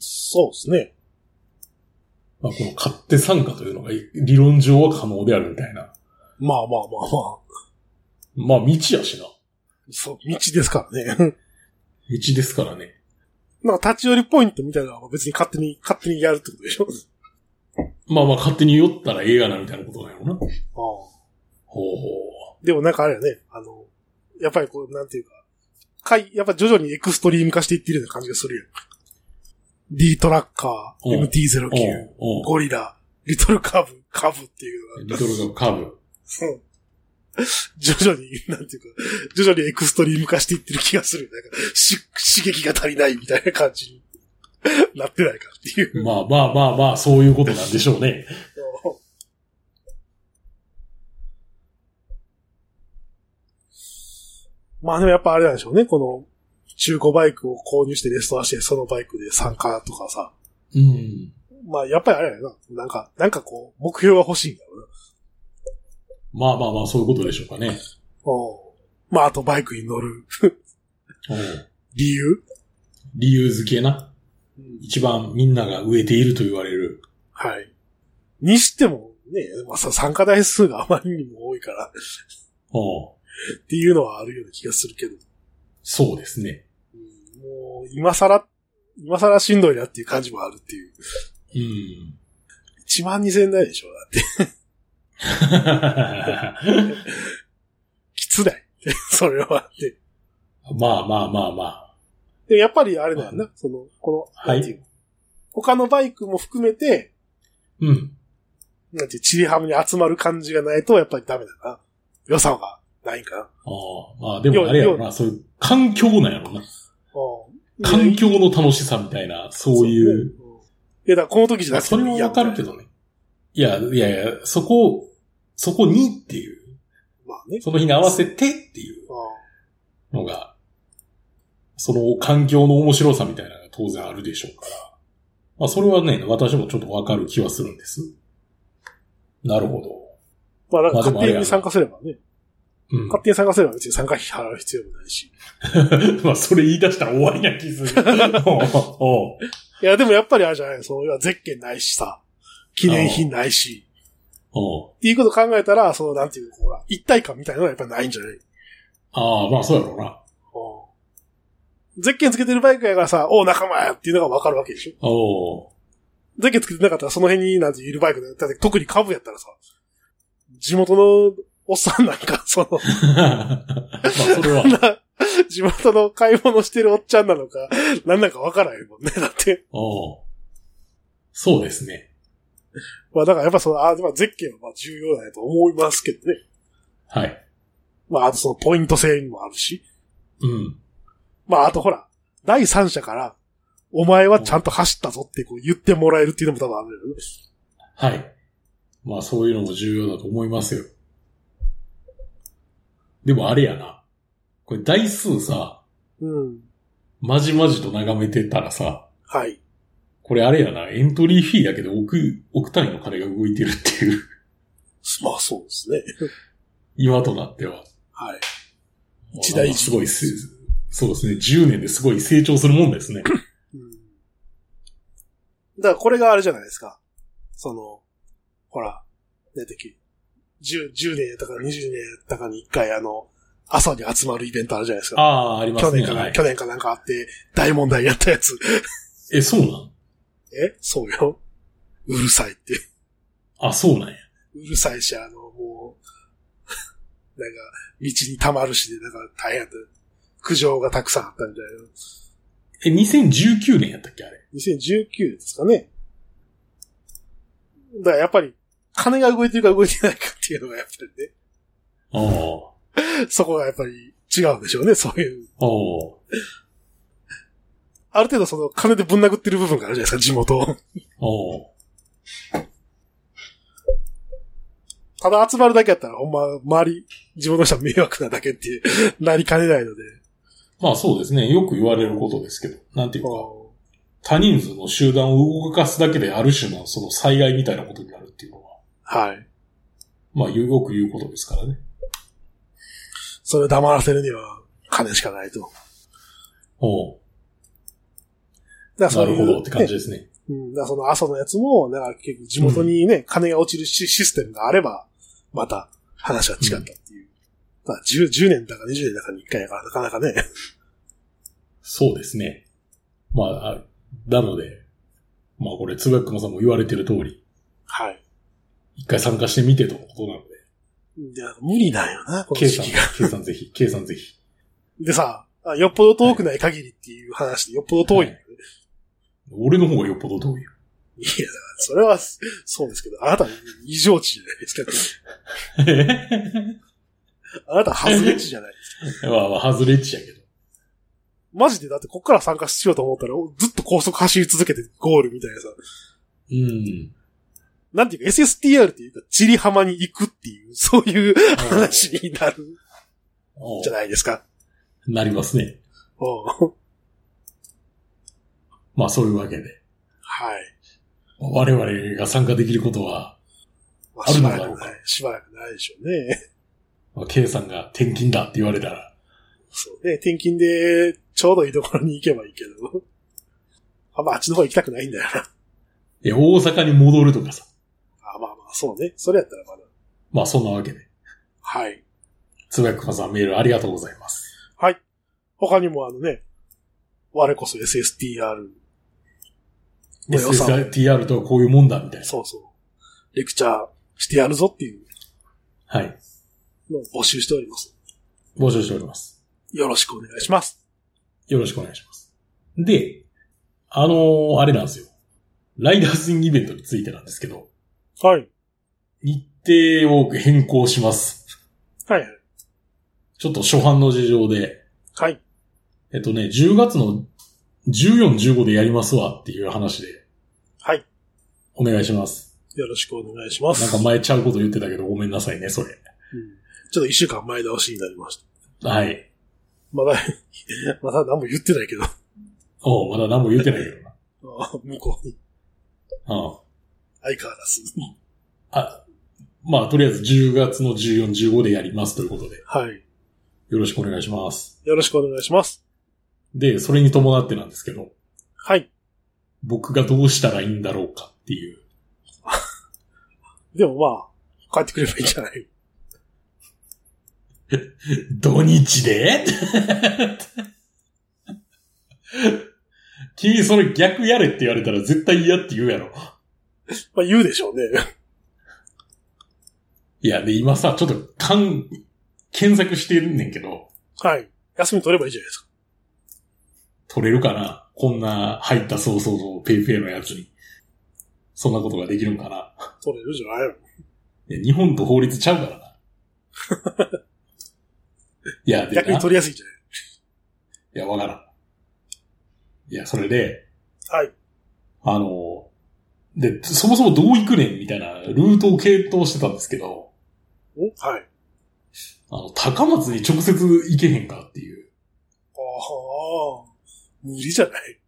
S2: そうですね。
S1: まあ、この勝手参加というのが理論上は可能であるみたいな。
S2: まあまあまあまあ。
S1: まあ、道やしな。道
S2: そう、道ですからね。
S1: ですからね。
S2: なんか立ち寄りポイントみたいなのは別に勝手に、勝手にやるってことでしょ
S1: まあまあ、勝手に酔ったらええがな、みたいなことだよな。
S2: あ
S1: ほうほ
S2: あでもなんかあれやね、あの、やっぱりこう、なんていうか、かい、やっぱ徐々にエクストリーム化していってるような感じがするよ。D トラッカー、
S1: うん
S2: MT-09、
S1: う。おうおう
S2: ゴリラ、リトルカブ、カブっていうの
S1: リ
S2: が、
S1: トルカーブ。
S2: うん徐々に、なんていうか、徐々にエクストリーム化していってる気がする。なんか、し、刺激が足りないみたいな感じになってないかっていう。
S1: まあまあまあまあ、そういうことなんでしょうね。
S2: まあでもやっぱあれなんでしょうね。この、中古バイクを購入してレストアして、そのバイクで参加とかさ。
S1: うん。
S2: まあやっぱりあれやな。なんか、なんかこう、目標が欲しいんだろうな。
S1: まあまあまあ、そういうことでしょうかね。
S2: うんまああとバイクに乗る
S1: おう
S2: 理由、
S1: 理由付けな。一番みんなが植えていると言われる。
S2: はい。にしても、ね、まあさ、参加台数があまりにも多いから、
S1: おう
S2: っていうのはあるような気がするけど。
S1: そうですね。
S2: うんもう、今更、今更しんどいなっていう感じもあるっていう。
S1: うん。
S2: 1万2000台でしょだって。きつだい。 それは。で
S1: まあまあまあまあ。
S2: でもやっぱりあれだよな。その、この、
S1: はい
S2: なんていうの他のバイクも含めて、
S1: うん。
S2: なんていう、チリハムに集まる感じがないと、やっぱりダメだな。良さがないんかな。
S1: ああ、まあでもあれやろな、そういう環境なんやろな。
S2: うん
S1: 環境の楽しさみたいな、そういう。。
S2: いや、だからこの時じゃなくて
S1: それもわかるけ
S2: ど。
S1: どね。いや、いやいや、そこ、そこにっていう、
S2: まあね。
S1: その日に合わせてっていうのが、その環境の面白さみたいなのが当然あるでしょうから。まあそれはね、私もちょっとわかる気はするんです。なるほど。
S2: まあ、なんか
S1: まあでもあれ
S2: 勝手
S1: や
S2: に
S1: な
S2: 参加すればね。
S1: うん。
S2: 勝手に参加すれば別に参加費払う必要もないし。
S1: まあそれ言い出したら終わりな気する。おうおう
S2: いや、でもやっぱりあれじゃないその、要はゼッケンないしさ、記念品ないし、
S1: おう
S2: っていうことを考えたら、その、なんていうの、ほら、一体感みたいなのはやっぱりないんじゃない
S1: ああ、まあそうやろうな。
S2: ゼッケンつけてるバイクやからさ、おう仲間やっていうのがわかるわけでしょ
S1: おう
S2: ゼッケンつけてなかったらその辺になんているバイクだだって特に株やったらさ、地元のおっさんなんか、その、
S1: まあ、それは。
S2: な地元の買い物してるおっちゃんなのか、なんなんかわからへんもんね。だって、
S1: おうそうですね。
S2: まあだからやっぱその、あまあ、ゼッケンはまあ重要だと思いますけどね。
S1: はい。
S2: まああとそのポイント制にもあるし。
S1: うん。
S2: まああとほら、第三者から、お前はちゃんと走ったぞってこう言ってもらえるっていうのも多分あるよね。
S1: はい。まあそういうのも重要だと思いますよ。でもあれやな。これ台数さ、
S2: うん。
S1: まじまじと眺めてたらさ、
S2: はい。
S1: これあれやな、エントリーフィーだけど億、億単位の金が動いてるっていう、
S2: まあそうですね。
S1: 今となっては。
S2: はい。一大事
S1: まあすごいせ、そうですね。10年ですごい成長するもんですね。
S2: うん。だからこれがあれじゃないですか。その、ほら、ねてき、10、10年やったか20年やったかに一回あの、朝に集まるイベントあるじゃないです
S1: あ
S2: か。
S1: あ、ありま
S2: 去
S1: すね。
S2: 年かな、
S1: はい
S2: 去年かなんかあって、大問題やったやつ。
S1: え、そうなん
S2: えそうよ。うるさいって。
S1: あ、そうなんや。
S2: うるさいし、あの、もう、なんか、道に溜まるしで、なんか大変だった。苦情がたくさんあったみたいな。
S1: え、2019年やったっけあれ。
S2: 2019ですかね。だからやっぱり、金が動いてるか動いてないかっていうのがやっぱり
S1: ああ。
S2: ね、そこがやっぱり違うんでしょうね、そういう。
S1: ああ。
S2: ある程度その金でぶん殴ってる部分があるじゃないですか、地元を。
S1: おう
S2: ただ集まるだけやったら、ほんま、周り、地元の人は迷惑なだけっていうなりかねないので。
S1: まあそうですね。よく言われることですけど。なんていう
S2: ま
S1: か
S2: あ、
S1: 他人数の集団を動かすだけである種のその災害みたいなことになるっていうのは、
S2: はい。
S1: まあよく言うことですからね。
S2: それを黙らせるには、金しかないと。だか
S1: おう
S2: らそ
S1: な
S2: うい
S1: る
S2: う
S1: ほどって感じ
S2: ね
S1: ですね。
S2: うん、だからその朝のやつも、だから結局地元にね、金が落ちるシシステムがあれば、また話は違ったっていう。まあ 10, 10年だか20年だかに1回だから、なかなかね。
S1: そうですね。まあ、あなので、まあこれ、つばくまさんも言われてる通り、
S2: はい。
S1: 一回参加してみてとのことなので、
S2: で無理なんよな、この
S1: 計
S2: 時
S1: 算
S2: 期が。、
S1: 計算ぜひ、 計算ぜひ。
S2: でさ、あよっぽど遠くない限りっていう話で、よっぽど遠い。
S1: はいい、俺の方がよっぽど遠いよ。
S2: や、だからそれは、そうですけど、あなた異常値じゃないですか。あなた外れ値じゃないです か。
S1: まあまあ、外れっちやけど。
S2: マジで、だってこっから参加しようと思ったら、ずっと高速走り続けてゴールみたいなさ。
S1: うん。
S2: なんていうか SSTR っていうか、チリ浜に行くっていう、そういう話になるん
S1: おう
S2: じゃないですか。
S1: なりますね。
S2: うん
S1: まあそういうわけで、
S2: はい。
S1: 我々が参加できることは、
S2: ま
S1: ある
S2: し
S1: の
S2: ば
S1: だ
S2: ら
S1: ろう
S2: く
S1: か
S2: ない、しばらくないでしょうね。
S1: まあ K さんが転勤だって言われたら、
S2: そうね、転勤でちょうどいいところに行けばいいけど。 あまあ、あっちの方行きたくないんだよ な。
S1: いや、大阪に戻るとかさ。
S2: あまあまあ、そうね。それやったらまだ。
S1: まあそんなわけで、
S2: はい。
S1: つばやくまさんメールありがとうございます。
S2: はい。他にもあのね、我こそ SSTR の良さを
S1: SSTR とはこういうもんだ、みたいな。
S2: そうそう。レクチャーしてやるぞっていう
S1: はい。
S2: のを募集しております。
S1: 募集しております。
S2: よろしくお願いします。
S1: よろしくお願いします。で、あのーあれなんですよ。ライダースインイベントについてなんですけど、
S2: はい。
S1: 日程を変更します。
S2: はいはい。
S1: ちょっと初版の事情で、
S2: はい。
S1: えっとね、10月の14、15でやりますわっていう話で、
S2: はい。
S1: お願いします。
S2: よろしくお願いします。
S1: なんか
S2: うん
S1: 前ちゃうこと言ってたけど、ごめんなさいね、それ。
S2: ちょっと一週間前倒しになりました。
S1: はい。
S2: まだ、 まだ何も言ってないけど、
S1: おうまだ何も言ってないけどな。
S2: あ向こうに
S1: うん。
S2: 相変わらず。
S1: あ、まあ、とりあえず10月の14、15でやりますということで、
S2: はい。
S1: よろしくお願いします。
S2: よろしくお願いします。
S1: で、それに伴ってなんですけど、
S2: はい。
S1: 僕がどうしたらいいんだろうかっていう。
S2: でもまあ、帰ってくればいいんじゃない
S1: 土日で 君それ逆やれって言われたら絶対嫌って言うやろ。
S2: まあ言うでしょうね。
S1: いや、で、今さ、ちょっと、かん、検索してるんねんけど、
S2: はい。休み取ればいいじゃないですか。
S1: 取れるかなこんな入った早々とペイペイのやつに。そんなことができるんかな。
S2: 取れるじゃないの
S1: いや日本と法律ちゃうからな。 いや、で
S2: 逆
S1: な、
S2: に
S1: い
S2: 取りやすいんじゃない
S1: や、わからん。いや、それで、
S2: はい。
S1: あの、で、そもそもどういくねんみたいなルートを検討してたんですけど、
S2: おはい。
S1: あの、高松に直接行けへんかっていう
S2: ああ、無理じゃない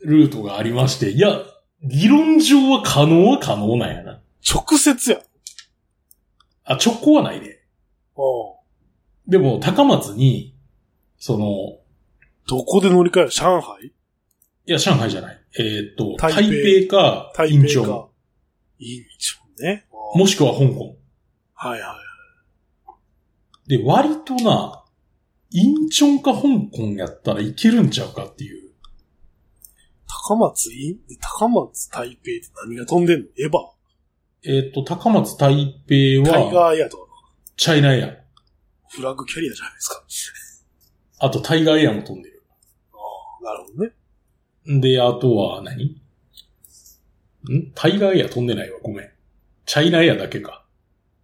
S1: ルートがありまして、いや、理論上は可能は可能なんやな。
S2: 直接や。あ
S1: あ、直行はないで。
S2: あ。
S1: でも、高松に、その、
S2: どこで乗り換える上海
S1: いや、上海じゃない。えーっと、
S2: 台
S1: 台
S2: 北
S1: 北か、
S2: 台
S1: インチ
S2: 北
S1: ョン、
S2: か。インチョンね。あ
S1: もしくは香港。
S2: あはいはい。
S1: で、割とな、インチョンか香港やったらいけるんちゃうかっていう。
S2: 高松イン、高松台北って何が飛んでんのエヴァ
S1: えーっと、高松、台北
S2: タイ
S1: は、
S2: ガーエアとか
S1: チャイナエア。
S2: フラッグキャリアじゃないですか。
S1: あと、タイガーエアも飛んでる。
S2: なるほどね。
S1: で、あとは何、んタイガーエア飛んでないわ、ごめん。チャイナエアだけか。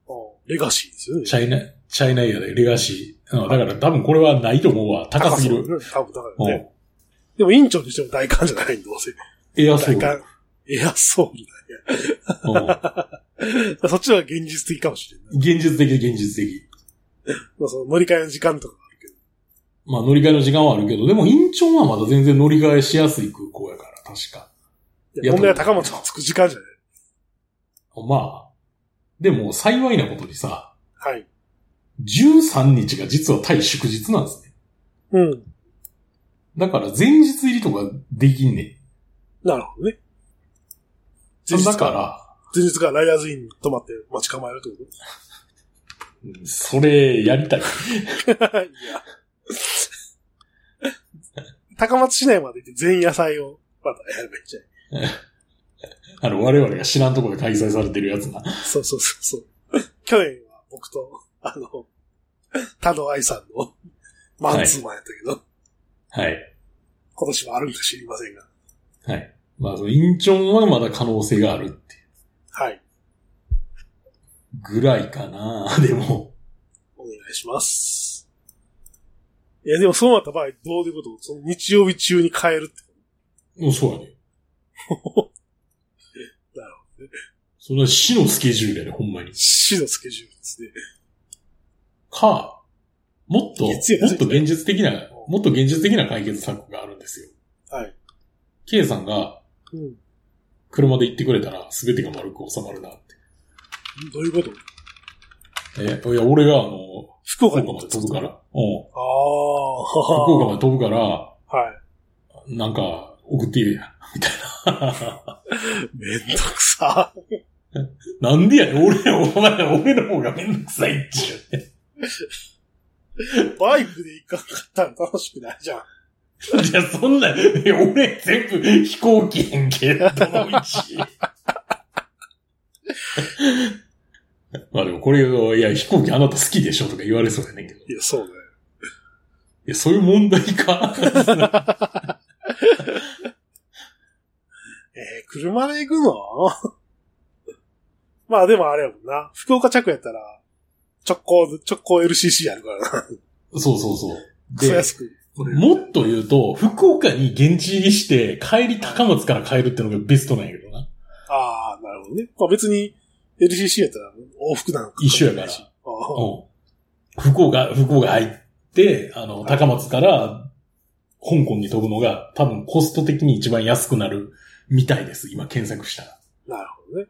S2: ああレガシーですよね。
S1: チャイナ、チャイナエアでレガシー。うんだから多分これはないと思うわ。高すぎる。
S2: 高そうだね多分高
S1: う
S2: いよ
S1: ん
S2: ね。でも院長にしても大官じゃないんどうせ。
S1: エアソウ
S2: 大
S1: ル。
S2: 官。エアソウル
S1: うん
S2: だね。そっちは現実的かもしれない。
S1: 現実的、現実的。
S2: まあその乗り換えの時間とかがあるけど。
S1: まあ乗り換えの時間はあるけど、でもインチョンはまだ全然乗り換えしやすい空港やから、確か。
S2: いや問題は高松に着く時間じゃない。
S1: まあ、でも幸いなことにさ、
S2: はい。
S1: 13日が実は対祝日なんですね。
S2: うん。
S1: だから前日入りとかできんねん。
S2: なるほどね。前日
S1: だ
S2: か、
S1: からら、
S2: 前日からライダーズインに泊まって待ち構えるってこ
S1: それやりたい。
S2: といや。高松市内まで行って全野菜をまたやればいいんじゃない
S1: あの、我々が知らんところで開催されてるやつな。
S2: そうそうそうそう。去年は僕と、あの、田野愛さんのマンツーマンやったけど、
S1: はい。
S2: 今年はあるんか知りませんが。
S1: はい。まあ、その、インチョンはまだ可能性があるって
S2: はい。
S1: ぐらいかな。 でも、
S2: お願いします。いや、でもそうなった場合、どういうことその日曜日中に変えるってこ
S1: もうそう やね。
S2: なる
S1: ほど。それは死のスケジュールやね、ほんまに
S2: と。。死のスケジュールですね。
S1: か、もっと、も
S2: 月曜日
S1: っと現実的な、もっと現実的な解決策があるんですよ。
S2: はい。
S1: K さんが
S2: うん。
S1: 車で行ってくれたら全てが丸く収まるなって。
S2: どういうこと
S1: え、いや、俺があの、
S2: 福岡
S1: 福岡
S2: に行
S1: ま
S2: っ
S1: で
S2: た
S1: 飛ぶから。うん。
S2: ああ、
S1: 福岡まで飛ぶから、
S2: はい。
S1: なんか、送ってや、みたいな。
S2: めんどくさ。
S1: なんでやねん、俺、お前、俺の方がめんどくさいっちゅうね。
S2: バイクで行かなかったら楽しくないじゃん。
S1: いや、そんな、いや俺全部飛行機やんけ、どの位置。まあでもこれを、いや、飛行機あなた好きでしょとか言われそうやねんけど。い
S2: いや、そうね。
S1: や、そういう問題か。
S2: えー、車で行くの まあでもあれやもんな。福岡着やったら、直行、直行 LCC やるからな。
S1: そうそうそう。
S2: クソ
S1: で、
S2: 安く。
S1: もっと言うと、福岡に現地入りして、帰り高松から帰るってのがベストなんやけどな。
S2: ああ、なるほどね。まあ別に、LCC やったら往復なんか。
S1: 一緒やから
S2: ああ
S1: うん。福岡、福岡入って、あの、高松から香港に飛ぶのが多分コスト的に一番安くなるみたいです。今検索したら。
S2: なるほどね。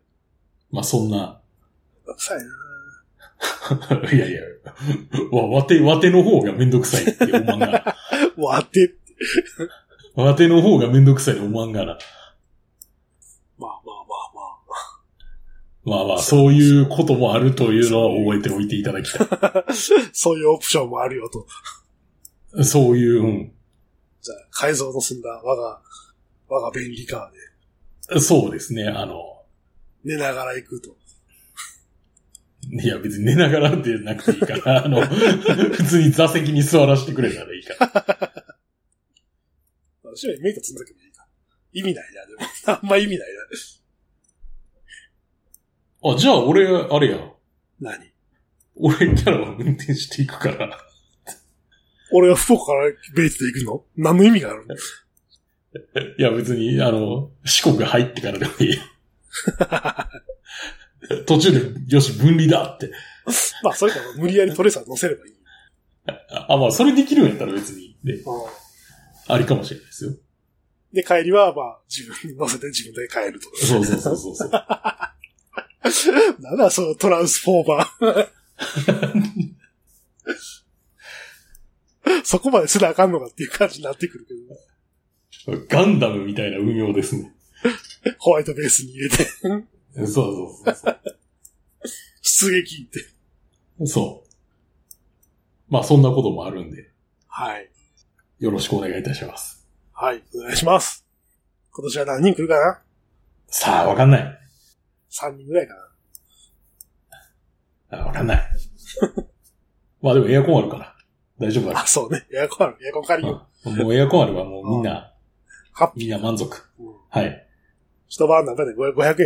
S1: まあ、そんな。
S2: めんどくさいな。
S1: いやいや、わ、わて、わての方がめんどくさいって思わんが な。
S2: わて、
S1: わての方がめんどくさいって思わんがな。
S2: まあまあまあまあ。
S1: まあまあ、そういうこともあるというのは覚えておいていただきた
S2: そういうオプションもあるよと。
S1: い。そういう、
S2: じゃあ、改造の済んだ我が、我が便利カーで
S1: うん。そうですね、あの、
S2: 寝ながら行くと。
S1: いや、別に寝ながらってなくていいから、あの、 普通に座席に座らせてくれたらいいから。
S2: 私はメイト積んだけどいいか。意味ないな、でも。あんま意味ないな。
S1: あ、じゃあ俺、あれや。
S2: 何
S1: 俺キャラは運転していくから。
S2: 俺は福岡からベイツで行くの何の意味があるの
S1: いや別に、あの、四国入ってからでもいい。途中で、よし、分離だって。
S2: まあ、それか無理やりトレーサー乗せればいい。
S1: あ、まあ、それできるんやったら別に、ね、
S2: うん
S1: ありかもしれないですよ。
S2: で、帰りは、まあ、自分に乗せて自分で帰ると。
S1: そうそうそうそうそう。
S2: なんだ、そのトランスフォーマー。そこまですらあかんのかっていう感じになってくるけど、
S1: ガンダムみたいな運用ですね。
S2: ホワイトベースに入れて、
S1: そうそうそうそう
S2: 出撃って。。
S1: そう。まあ、そんなこともあるんで、
S2: はい。
S1: よろしくお願いいたします。
S2: はい、お願いします。今年は何人来るかな
S1: さあ、わかんない。
S2: ?3 人ぐらいかな
S1: あわかんない。まあでもエアコンあるから。大丈夫だ
S2: あ、そうね。エアコンある。エアコン借りよう。
S1: うんもうエアコンあればもうみんな、
S2: ハッピー。
S1: みんな満足。
S2: うん
S1: はい。
S2: 一晩なんかで500円だっけ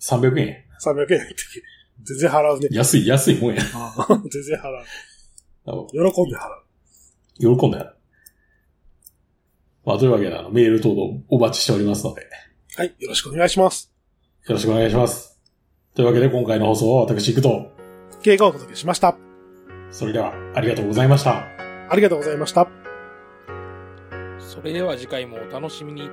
S1: 300円。
S2: ?300 円だっけ全然払 うね。
S1: 安い、安いもんや。
S2: 全然払う。
S1: あの
S2: 喜んで払う。
S1: 喜んだよ。まあというわけで、あの、メール等々お待ちしておりますので、よ
S2: はい、よろしくお願いします。
S1: ろしくお願いします。というわけで、今回の放送は私行くと、
S2: 経過をお届けしました。
S1: それではありがとうございました。
S2: ありがとうございました。
S3: それでは次回もお楽しみに。